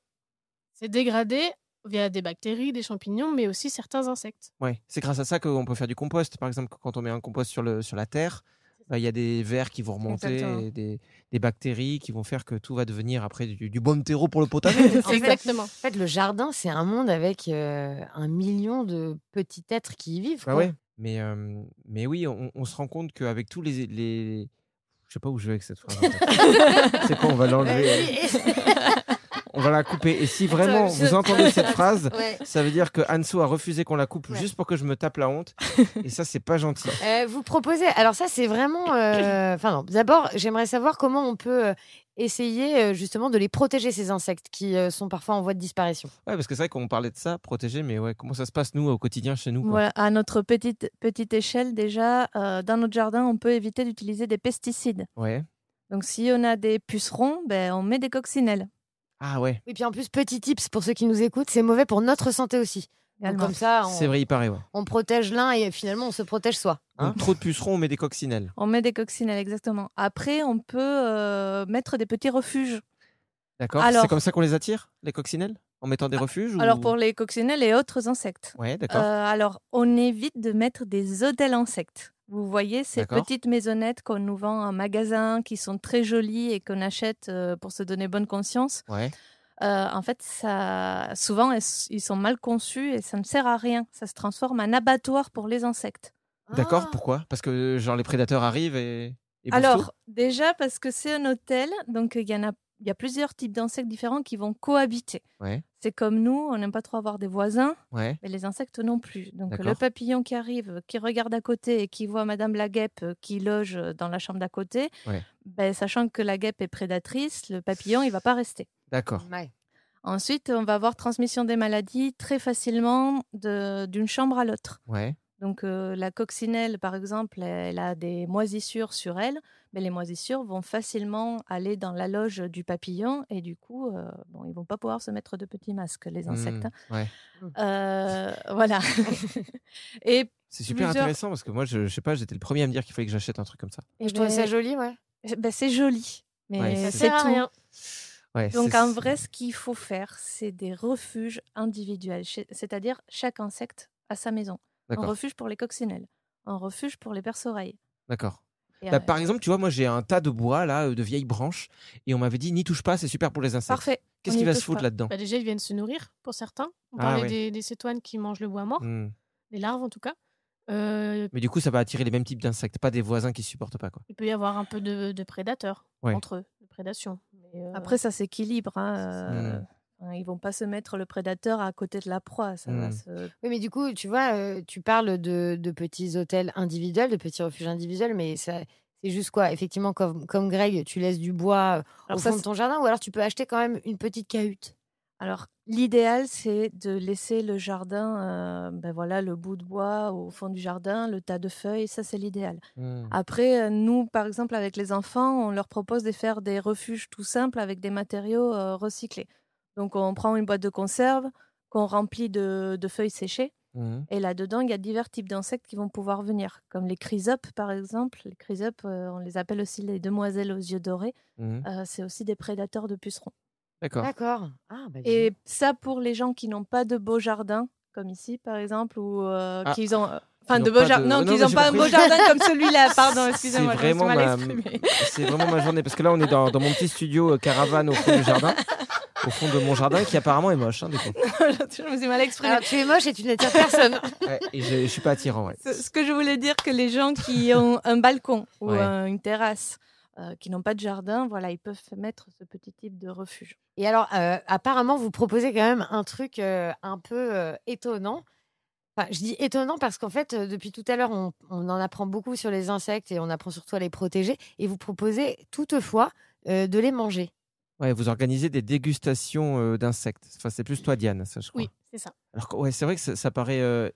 G: c'est dégradé via des bactéries, des champignons, mais aussi certains insectes.
D: Ouais. C'est grâce à ça qu'on peut faire du compost. Par exemple, quand on met un compost sur, le, sur la terre, bah, il y a des vers qui vont remonter,
G: Exactement.
D: et des, des bactéries qui vont faire que tout va devenir après du, du bon terreau pour le potager.
C: En fait-
G: Exactement.
C: En fait, le jardin, c'est un monde avec euh, un million de petits êtres qui y vivent.
D: Bah
C: quoi.
D: ouais. Mais, euh, mais oui, on, on se rend compte qu'avec tous les, les. Je sais pas où je vais avec cette phrase. en fait. C'est quoi On va l'enlever. euh, On va la couper. Et si vraiment
C: Attends, je-
D: vous entendez cette phrase,
C: Ouais.
D: ça veut dire que Anso a refusé qu'on la coupe juste pour que je me tape la honte. Et ça, c'est pas gentil.
C: Euh, vous proposez. Alors ça, c'est vraiment. euh, Enfin non. D'abord, j'aimerais savoir comment on peut euh, essayer euh, justement de les protéger ces insectes qui euh, sont parfois en voie de disparition.
D: Ouais, parce que c'est vrai qu'on parlait de ça, protéger, mais ouais, comment ça se passe, nous, au quotidien, chez nous quoi.
H: Voilà, à notre petite, petite échelle déjà, euh, dans notre jardin, on peut éviter d'utiliser des pesticides.
D: Ouais.
H: Donc si on a des pucerons, ben, on met des coccinelles.
D: Ah ouais.
C: Et puis en plus, petit tips pour ceux qui nous écoutent, c'est mauvais pour notre santé aussi. Donc,
H: Également.
C: comme ça, Ah, on,
D: C'est vrai, il paraît, ouais.
C: on protège l'un et finalement on se protège soi.
D: Donc, trop de pucerons, on met des coccinelles.
H: On met des coccinelles, exactement. Après, on peut euh, mettre des petits refuges.
D: D'accord
H: Alors-
D: C'est comme ça qu'on les attire, les coccinelles En mettant des refuges ou-
H: Alors pour les coccinelles et autres insectes.
D: Ouais, d'accord.
H: Euh, alors on évite de mettre des hôtels insectes. Vous voyez ces
D: D'accord.
H: petites maisonnettes qu'on nous vend en magasin, qui sont très jolies et qu'on achète euh, pour se donner bonne conscience.
D: Ouais.
H: Euh, en fait, ça, souvent elles s- ils sont mal conçus et ça ne sert à rien. Ça se transforme en abattoir pour les insectes. Ah.
D: D'accord, pourquoi Parce que euh, genre les prédateurs arrivent et. et bouffent
H: Alors,
D: tout
H: déjà, parce que c'est un hôtel, donc il y en a, il y a plusieurs types d'insectes différents qui vont cohabiter.
D: Ouais.
H: C'est comme nous, on n'aime pas trop avoir des voisins,
D: Ouais.
H: mais les insectes non plus. Donc, le
D: D'accord.
H: papillon qui arrive, qui regarde à côté et qui voit Madame la guêpe euh, qui loge euh, dans la chambre d'à côté,
D: Ouais.
H: ben, sachant que la guêpe est prédatrice, le papillon, il va pas rester.
D: D'accord.
H: Ensuite, on va avoir transmission des maladies très facilement de- d'une chambre à l'autre.
D: Ouais.
H: Donc euh, la coccinelle, par exemple, elle a des moisissures sur elle, mais les moisissures vont facilement aller dans la loge du papillon et du coup, euh, bon, ils vont pas pouvoir se mettre de petits masques, les insectes. hein.
D: Mmh, ouais.
H: Euh, voilà. et
D: C'est super
H: plusieurs-
D: intéressant parce que moi, je, je sais pas, j'étais le premier à me dire qu'il fallait que j'achète un truc comme ça.
H: Eh
C: Je trouvais ça
H: ben,
C: joli, ouais.
H: ben, c'est joli, mais
D: Ouais, Ça
H: c'est tout.
D: sert à rien. Ouais,
H: Donc
D: c'est-
H: en vrai, ce qu'il faut faire, c'est des refuges individuels, chez- c'est-à-dire chaque insecte à sa maison. Un
D: D'accord.
H: refuge pour les coccinelles, un refuge pour les perce-oreilles.
D: D'accord.
H: Et,
D: Bah,
H: euh,
D: par exemple, tu vois, moi, j'ai un tas de bois, là, euh, de vieilles branches, et on m'avait dit, n'y touche pas, c'est super pour les insectes.
H: Parfait.
D: Qu'est-ce qui va se foutre là-dedans
G: Bah, Déjà, ils viennent se nourrir pour certains. On
D: Ah,
G: parlait
D: ouais.
G: des, des cétoines qui mangent le bois mort,
D: Hmm.
G: les larves en tout cas. Euh,
D: Mais du coup, ça va attirer les mêmes types d'insectes, pas des voisins qui supportent pas, quoi.
G: il peut y avoir un peu de, de prédateurs
D: Ouais.
G: entre eux, de prédation. Mais, euh,
H: Après, ça s'équilibre. Hein.
D: c'est ça.
H: euh, hein, Ils vont pas se mettre le prédateur à côté de la proie. Ça
D: Mmh.
H: va
C: Mm.
H: se-
C: Oui, mais du coup, tu vois, euh, tu parles de, de petits hôtels individuels, de petits refuges individuels, mais ça, c'est juste quoi Effectivement, comme, comme Greg, tu laisses du bois euh, au
H: Alors ça,
C: fond de
H: c'est-
C: ton jardin, ou alors tu peux acheter quand même une petite cahute.
H: Alors, l'idéal, c'est de laisser le jardin, euh, ben voilà, le bout de bois au fond du jardin, le tas de feuilles, ça c'est l'idéal.
D: Mm.
H: Après, euh, nous, par exemple, avec les enfants, on leur propose de faire des refuges tout simples avec des matériaux euh, recyclés. Donc, on prend une boîte de conserve qu'on remplit de, de feuilles séchées.
D: Mhm.
H: Et là-dedans, il y a divers types d'insectes qui vont pouvoir venir, comme les chrysopes, par exemple. Les chrysopes, euh, on les appelle aussi les demoiselles aux yeux dorés.
D: Mhm.
H: Euh, c'est aussi des prédateurs de pucerons.
D: D'accord.
C: D'accord. Ah, bah,
H: Et
D: Mmh.
H: ça pour les gens qui n'ont pas de beau jardin, comme ici par exemple, ou euh,
D: Ah.
H: qu'ils ont. Enfin,
D: Ils
H: de
D: n'ont
H: beau
D: pas
H: jardin.
D: de-
H: Non,
D: non,
H: qu'ils
D: mais
H: n'ont
D: j'ai
H: pas un
D: compris.
H: beau jardin comme celui-là. Pardon,
D: C'est
H: excusez-moi, je me suis
D: vraiment,
H: mal
D: ma...
H: exprimée.
D: c'est vraiment ma journée. Parce que là, on est dans, dans mon petit studio euh, caravane au fond du jardin. Au fond de mon jardin, qui apparemment est moche. hein, du coup.
H: je me suis mal exprimée.
D: Ah.
C: Alors, tu es moche et tu n'attires personne.
D: Ouais, et je, je suis pas attirant. Ouais.
H: Ce, ce que je voulais dire, que les gens qui ont un balcon ou
D: Ouais.
H: euh, une terrasse, euh, qui n'ont pas de jardin, voilà, ils peuvent mettre ce petit type de refuge.
C: Et alors, euh, apparemment, vous proposez quand même un truc euh, un peu euh, étonnant. Enfin, je dis étonnant parce qu'en fait, euh, depuis tout à l'heure, on, on en apprend beaucoup sur les insectes et on apprend surtout à les protéger. Et vous proposez toutefois euh, de les manger.
D: Ouais, vous organisez des dégustations euh, d'insectes. Enfin, c'est plus toi, Diane, ça, je crois.
G: Oui, c'est ça.
D: Alors, que- ouais, c'est vrai que ça, ça paraît euh,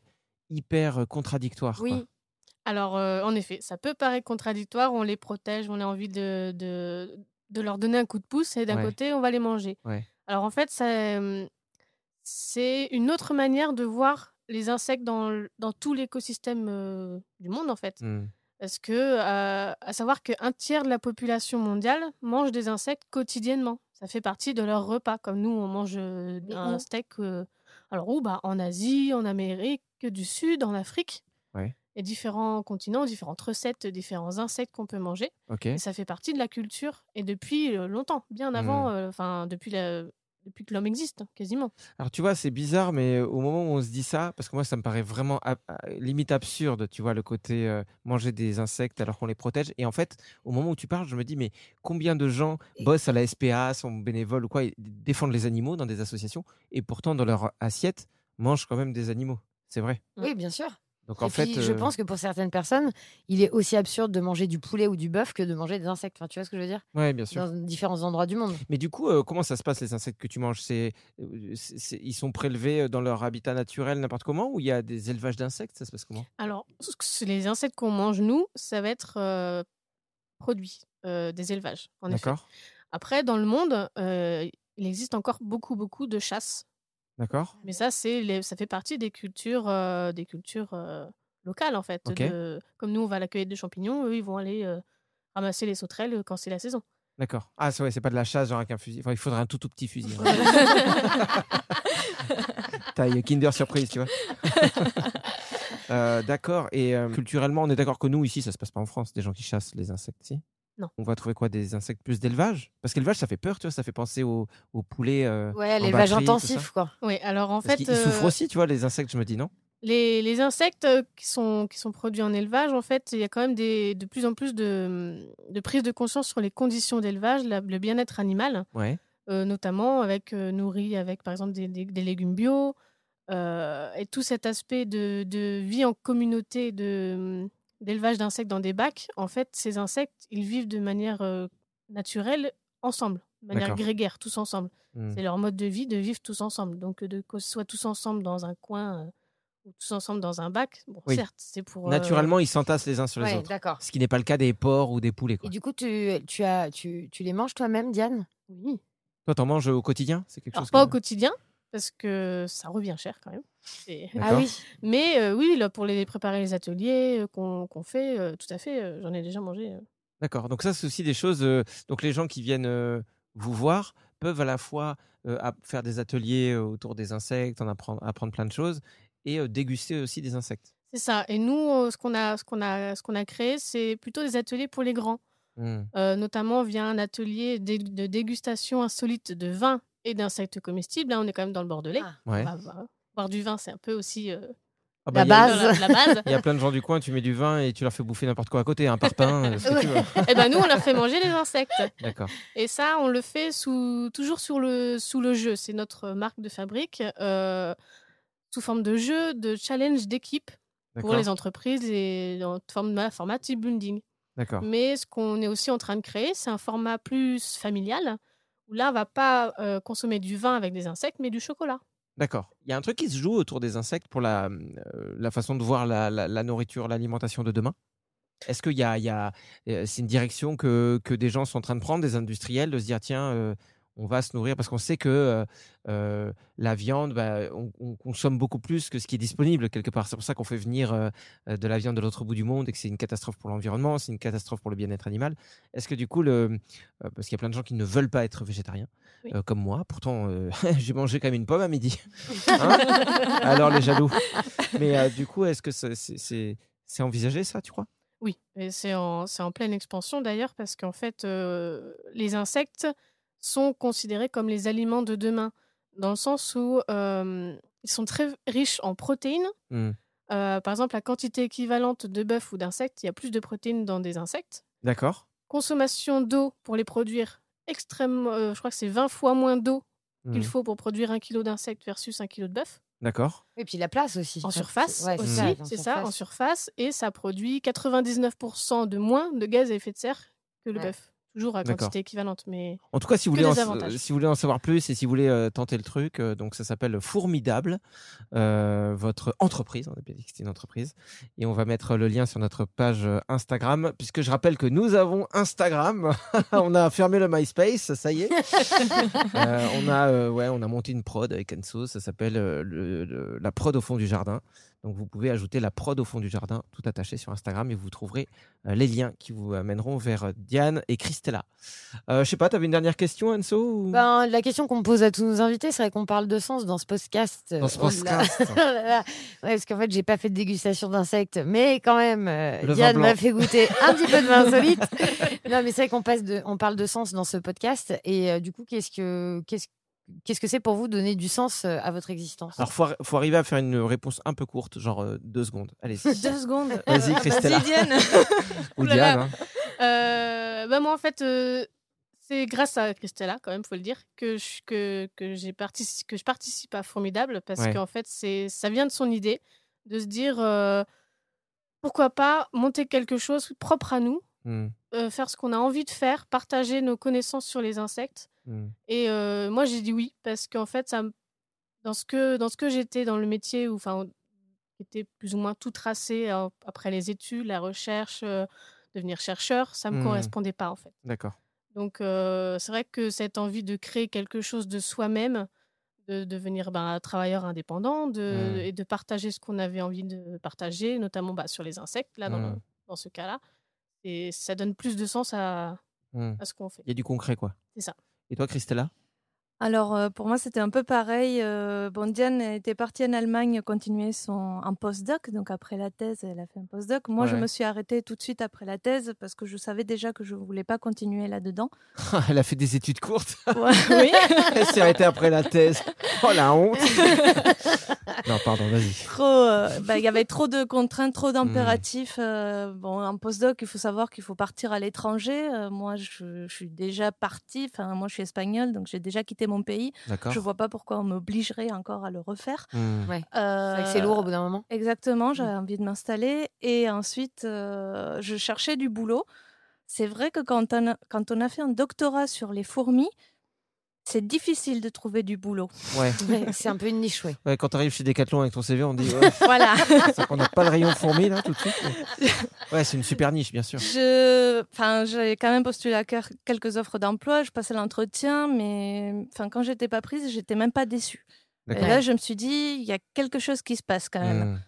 D: hyper euh, contradictoire. quoi.
G: Oui. Alors, euh, en effet, ça peut paraître contradictoire. On les protège, on a envie de, de, de leur donner un coup de pouce et d'un
D: Ouais.
G: côté, on va les manger.
D: Ouais.
G: Alors, en fait, ça, euh, c'est une autre manière de voir les insectes dans, l- dans tout l'écosystème euh, du monde, en fait.
D: Hmm.
G: Parce que, euh, à savoir qu'un tiers de la population mondiale mange des insectes quotidiennement. Ça fait partie de leur repas, comme nous, on mange euh,
C: Mais
G: un
C: où
G: steak. euh, alors, où bah, En Asie, en Amérique du Sud, en Afrique
D: Ouais.
G: et différents continents, différentes recettes, différents insectes qu'on peut manger.
D: Ok.
G: Et ça fait partie de la culture et depuis euh, longtemps, bien
D: Mmh.
G: avant, euh, enfin depuis la- depuis que l'homme existe quasiment.
D: Alors tu vois, c'est bizarre, mais euh, au moment où on se dit ça, parce que moi, ça me paraît vraiment ab- euh, limite absurde, tu vois, le côté euh, manger des insectes alors qu'on les protège. Et en fait, au moment où tu parles, je me dis, mais combien de gens bossent à la SPA, sont bénévoles ou quoi, et d- défendent les animaux dans des associations, et pourtant dans leur assiette mangent quand même des animaux. C'est vrai.
C: Oui, bien sûr.
D: Donc en
C: et
D: fait,
C: puis, je
D: euh,
C: pense que pour certaines personnes, il est aussi absurde de manger du poulet ou du bœuf que de manger des insectes. Enfin, tu vois ce que je veux dire
D: Ouais, bien sûr.
C: Dans différents endroits du monde.
D: Mais du coup, euh, comment ça se passe les insectes que tu manges C'est euh, c'est- c'est- ils sont prélevés euh, dans leur habitat naturel n'importe comment, ou il y a des élevages d'insectes Ça se passe comment
G: Alors ce que c'est- les insectes qu'on mange nous, ça va être euh, produit euh, des élevages. En effet.
D: D'accord.
G: Après, dans le monde, euh, il existe encore beaucoup beaucoup de chasses.
D: D'accord.
G: Mais ça, c'est les- ça fait partie des cultures, euh, des cultures euh, locales en fait.
D: Ok.
G: de- Comme nous, on va à la cueillette de champignons, eux, ils vont aller euh, ramasser les sauterelles euh, quand c'est la saison.
D: D'accord. Ah, c'est ouais, c'est pas de la chasse, genre avec un fusil. Enfin, il faudrait un tout tout petit fusil. hein. Taille Kinder Surprise, tu vois. Euh, d'accord. Et euh, culturellement, on est d'accord que nous, ici, ça se passe pas en France, des gens qui chassent les insectes, si
G: Non.
D: On va trouver quoi Des insectes plus d'élevage Parce qu'élevage, ça fait peur, tu vois, ça fait penser aux au poulets. euh, en batterie, tout ça.
C: quoi.
G: Oui, alors en
D: Parce
G: fait,
D: qu'ils- ils souffrent
G: euh,
D: aussi, tu vois, les insectes, je me dis, non
G: les, les insectes euh, qui sont, qui sont produits en élevage, en fait, il y a quand même des, de plus en plus de, de prise de conscience sur les conditions d'élevage, la- le bien-être animal,
D: Ouais.
G: euh, notamment avec euh, nourri avec par exemple des, des- des légumes bio euh, et tout cet aspect de, de vie en communauté, de d'élevage d'insectes dans des bacs. En fait, ces insectes, ils vivent de manière euh, naturelle ensemble, de manière
D: D'accord.
G: grégaire, tous ensemble.
D: Hmm.
G: C'est leur mode de vie de vivre tous ensemble. Donc, de que ce soit tous ensemble dans un coin euh, ou tous ensemble dans un bac, bon,
D: Oui.
G: certes, c'est pour. euh,
D: Naturellement, ils s'entassent les uns sur les
C: Ouais,
D: autres.
C: d'accord.
D: Ce qui n'est pas le cas des porcs ou des poulets,
C: Et
D: quoi.
C: du coup, tu, tu, as, tu, tu les manges toi-même, Diane
G: Oui.
D: Toi, t'en manges au quotidien C'est quelque
G: Alors,
D: chose
G: pas au
D: que-
G: quotidien, parce que ça revient cher quand même. C'est-
C: Ah oui.
G: Mais euh, oui, là, pour les préparer les ateliers euh, qu'on qu'on fait, euh, tout à fait, euh, j'en ai déjà mangé. euh.
D: D'accord. Donc ça, c'est aussi des choses. euh, donc les gens qui viennent euh, vous voir peuvent à la fois euh, app- faire des ateliers euh, autour des insectes, en apprendre, apprendre plein de choses et euh, déguster aussi des insectes.
G: C'est ça. Et nous, euh, ce qu'on a, ce qu'on a, ce qu'on a créé, c'est plutôt des ateliers pour les grands.
D: Hmm.
G: Euh, notamment via un atelier dé- de dégustation insolite de vin et d'insectes comestibles. Là, on est quand même dans le Bordelais.
D: Ouais.
G: On va voir- boire du vin, c'est un peu aussi euh,
D: Ah
G: Ah
D: bah,
G: la
D: il y a-
G: base. La, la base.
D: Il y a plein de gens du coin, tu mets du vin et tu leur fais bouffer n'importe quoi à côté, un parpaing, euh, ce que tu veux.
G: Ouais. Eh ben nous, on leur fait manger les insectes.
D: D'accord.
G: Et ça, on le fait sous, toujours sur le, sous le jeu. C'est notre marque de fabrique, euh, sous forme de jeu, de challenge d'équipe pour
D: D'accord.
G: les entreprises et en forme- format, team building.
D: D'accord.
G: Mais ce qu'on est aussi en train de créer, c'est un format plus familial, où là, on va pas euh, consommer du vin avec des insectes, mais du chocolat.
D: D'accord. Il y a un truc qui se joue autour des insectes pour la, euh, la façon de voir la, la- la nourriture, l'alimentation de demain. Est-ce qu'il y a, il y a- euh, c'est une direction que, que des gens sont en train de prendre, des industriels, de se dire tiens, euh, on va se nourrir parce qu'on sait que euh, euh, la viande, bah, on, on consomme beaucoup plus que ce qui est disponible quelque part. C'est pour ça qu'on fait venir euh, de la viande de l'autre bout du monde et que c'est une catastrophe pour l'environnement, c'est une catastrophe pour le bien-être animal. Est-ce que du coup, le, euh, parce qu'il y a plein de gens qui ne veulent pas être végétariens,
G: Oui.
D: euh, comme moi, pourtant euh, j'ai mangé quand même une pomme à midi. Hein Alors les jaloux. Mais euh, du coup, est-ce que ça- c'est c'est- c'est envisagé ça, tu crois
G: Oui, et c'est en, c'est en pleine expansion d'ailleurs, parce qu'en fait, euh, les insectes sont considérés comme les aliments de demain, dans le sens où euh, ils sont très riches en protéines.
D: Hmm.
G: Euh, par exemple, la quantité équivalente de bœuf ou d'insectes, il y a plus de protéines dans des insectes.
D: D'accord.
G: Consommation d'eau pour les produire, extrême, euh, je crois que c'est 20 fois moins d'eau
D: Mhm.
G: qu'il faut pour produire un kilo d'insectes versus un kilo de bœuf.
D: D'accord.
C: Et puis la place aussi.
G: En
C: Enfin,
G: surface
C: ouais,
G: aussi,
C: en
G: c'est ça, en
C: surface.
G: surface. Et ça produit 99% de moins de gaz à effet de serre que le
C: Ouais.
G: bœuf. Toujours à
D: D'accord.
G: quantité équivalente, mais...
D: En tout cas, si vous,
G: que
D: voulez en,
G: des avantages.
D: si vous voulez en savoir plus et si vous voulez euh, tenter le truc, euh, donc ça s'appelle Formidable, euh, votre entreprise. On a bien dit que c'était une entreprise. Et on va mettre le lien sur notre page euh, Instagram, puisque je rappelle que nous avons Instagram. on a fermé le MySpace, ça y est. Euh, on, a, euh, ouais, on a monté une prod avec Enso, ça s'appelle euh, le- le- la prod au fond du jardin. Donc vous pouvez ajouter la prod au fond du jardin tout attaché sur Instagram et vous trouverez euh, les liens qui vous amèneront vers euh, Diane et Christella. Euh, Je sais pas, tu avais une dernière question Enso ou-
C: Ben, la question qu'on pose à tous nos invités, c'est vrai qu'on parle de sens dans ce podcast.
D: Dans ce
C: Oh là là.
D: podcast.
C: Oh là là. Ouais, parce qu'en fait, j'ai pas fait de dégustation d'insectes, mais quand même, euh,
D: Le vin
C: Diane
D: blanc.
C: m'a fait goûter un petit peu de vin insolite. non, mais c'est vrai qu'on passe de, on parle de sens dans ce podcast. Et euh, du coup, qu'est-ce que, qu'est-ce, qu'est-ce que c'est pour vous donner du sens euh, à votre existence
D: Alors faut, arri- faut arriver à faire une réponse un peu courte, genre euh, deux secondes. Allez.
H: Deux secondes.
D: Vas-y
C: Ah,
H: Euh,
C: bah,
D: Christella.
H: vas-y, Diane.
D: ou
G: Ouh là là.
D: Diane. hein.
G: Euh, bah moi, en fait, euh, c'est grâce à Christella, quand même, faut le dire, que je, que, que j'ai partici- que je participe à Formidable, parce
J: Ouais.
G: qu'en fait, c'est, ça vient de son idée, de se dire, euh, pourquoi pas monter quelque chose propre à nous,
D: Hmm.
G: euh, faire ce qu'on a envie de faire, partager nos connaissances sur les insectes.
D: Hmm.
G: Et euh, moi, j'ai dit oui, parce qu'en fait, ça, me- dans, ce que, dans ce que j'étais dans le métier, où, enfin, qui était plus ou moins tout tracé euh, après les études, la recherche, euh, devenir chercheur, ça me
D: Hmm.
G: correspondait pas, en fait.
D: D'accord.
G: Donc, euh, c'est vrai que cette envie de créer quelque chose de soi-même, de devenir ben, un travailleur indépendant de,
D: Mm.
G: et de partager ce qu'on avait envie de partager, notamment bah, sur les insectes, là, dans, le-
D: Mm.
G: dans ce cas-là. Et ça donne plus de sens à,
D: Hmm.
G: à ce qu'on fait.
D: Il y a du concret quoi.
G: C'est ça.
D: Et toi Christella
H: Alors, euh, pour moi, c'était un peu pareil. Euh, bon, Diane était partie en Allemagne continuer son, un postdoc. Donc, après la thèse, elle a fait un postdoc. Moi, je
D: Ouais.
H: me suis arrêtée tout de suite après la thèse parce que je savais déjà que je ne voulais pas continuer là-dedans.
D: Elle a fait des études courtes.
H: Ouais.
D: Elle s'est arrêtée après la thèse. Oh la honte. non pardon, vas-y.
H: Trop, euh, bah, Il y avait trop de contraintes, trop d'impératifs. Euh, bon, en postdoc, il faut savoir qu'il faut partir à l'étranger. Euh, moi, je, je suis déjà partie. Enfin, moi, je suis espagnole, donc j'ai déjà quitté mon pays.
C: D'accord.
H: Je vois pas pourquoi on m'obligerait encore à le refaire.
C: Hmm. Ouais. C'est vrai que c'est lourd au bout d'un moment.
H: Exactement, j'avais
D: Mmh.
H: envie de m'installer. Et ensuite, euh, je cherchais du boulot. C'est vrai que quand on, a, quand on a fait un doctorat sur les fourmis, c'est difficile de trouver du boulot.
D: Ouais.
G: Euh.
C: c'est un peu une niche, oui.
D: Ouais, quand t'arrives chez Decathlon avec ton CV, on dit ouais,
H: Voilà.
D: on n'a pas le rayon fourmi là tout de suite. mais- Ouais, c'est une super niche bien sûr.
H: Je, enfin, j'ai quand même postulé à quel- quelques offres d'emploi. Je passais l'entretien, mais enfin, quand j'étais pas prise, j'étais même pas déçue. Et
D: D'accord.
H: là, je me suis dit, il y a quelque chose qui se passe quand même.
D: Hmm.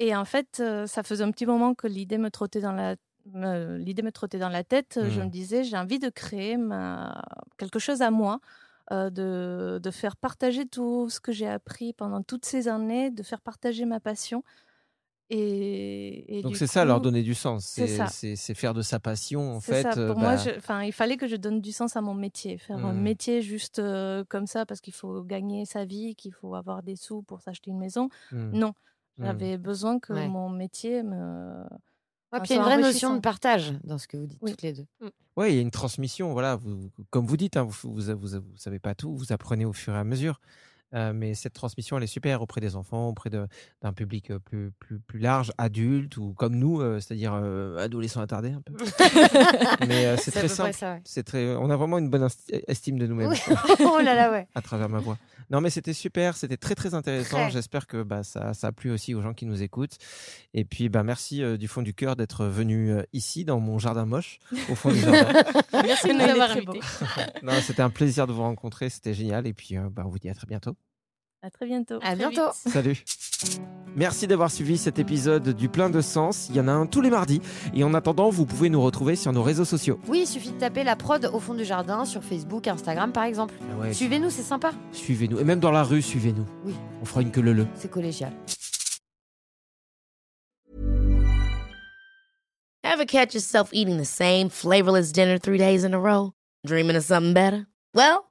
H: Et en fait, euh, ça faisait un petit moment que l'idée me trottait dans la me- l'idée me trottait dans la tête. Euh, Je
D: Mm.
H: me disais, j'ai envie de créer ma- quelque chose à moi, euh, de, de faire partager tout ce que j'ai appris pendant toutes ces années, de faire partager ma passion. Et, et
D: Donc
H: du
D: c'est ça leur
H: coup,
D: donner du sens,
H: c'est
D: c'est
H: ça.
D: c'est- c'est faire de sa passion en fait.
H: C'est ça.
D: euh,
H: Pour moi,
D: bah,
H: je- enfin, il fallait que je donne du sens à mon métier. Faire un
D: Mm.
H: métier juste euh, comme ça parce qu'il faut gagner sa vie, qu'il faut avoir des sous pour s'acheter une maison.
D: hmm. Mmh.
C: Mm.
H: Non,
C: Mm.
H: j'avais besoin que
C: Ouais.
H: mon métier me.
G: Ah,
C: Ouais,
H: enfin,
C: puis il y a une
H: soit
C: vraie notion
H: enrichissant.
C: de partage dans ce que vous dites
H: Oui.
C: toutes les deux.
D: Ouais, il y a une transmission. Voilà, vous, vous- comme vous dites, hein, vous, vous, vous, vous savez pas tout, vous apprenez au fur et à mesure. Euh, mais cette transmission, elle est super auprès des enfants, auprès de- d'un public euh, plus, plus, plus large, adulte ou comme nous, euh, c'est-à-dire euh, adolescents attardés un peu. mais euh, c'est
K: C'est à peu
D: très
K: près
D: simple.
K: ça, ouais.
D: C'est très, on a vraiment une bonne insti- estime de nous-mêmes.
K: Oui. Oh là là, ouais.
D: à travers ma voix. Non, mais c'était super, c'était très très intéressant.
K: Très.
D: J'espère que bah, ça, ça a plu aussi aux gens qui nous écoutent. Et puis, bah, merci euh, du fond du cœur d'être venu euh, ici, dans mon jardin moche, au fond du jardin.
G: Merci de nous
H: Il est
G: avoir
H: très beau.
G: invités.
D: Non, c'était un plaisir de vous rencontrer, c'était génial. Et puis, euh, bah, on vous dit à très bientôt.
H: À très bientôt.
K: À bientôt.
D: Salut. Merci d'avoir suivi cet épisode du Plein de Sens. Il y en a un tous les mardis. Et en attendant, vous pouvez nous retrouver sur nos réseaux sociaux.
K: Oui, il suffit de taper la prod au fond du jardin sur Facebook, Instagram par exemple.
D: Ah ouais,
K: Suivez-nous, c'est sympa.
D: Suivez-nous. Et même dans la rue, suivez-nous.
K: Oui.
D: On fera une queue le
K: C'est collégial.
A: Ever catch yourself eating the same flavorless dinner three days in a row? Dreaming of something better? Well,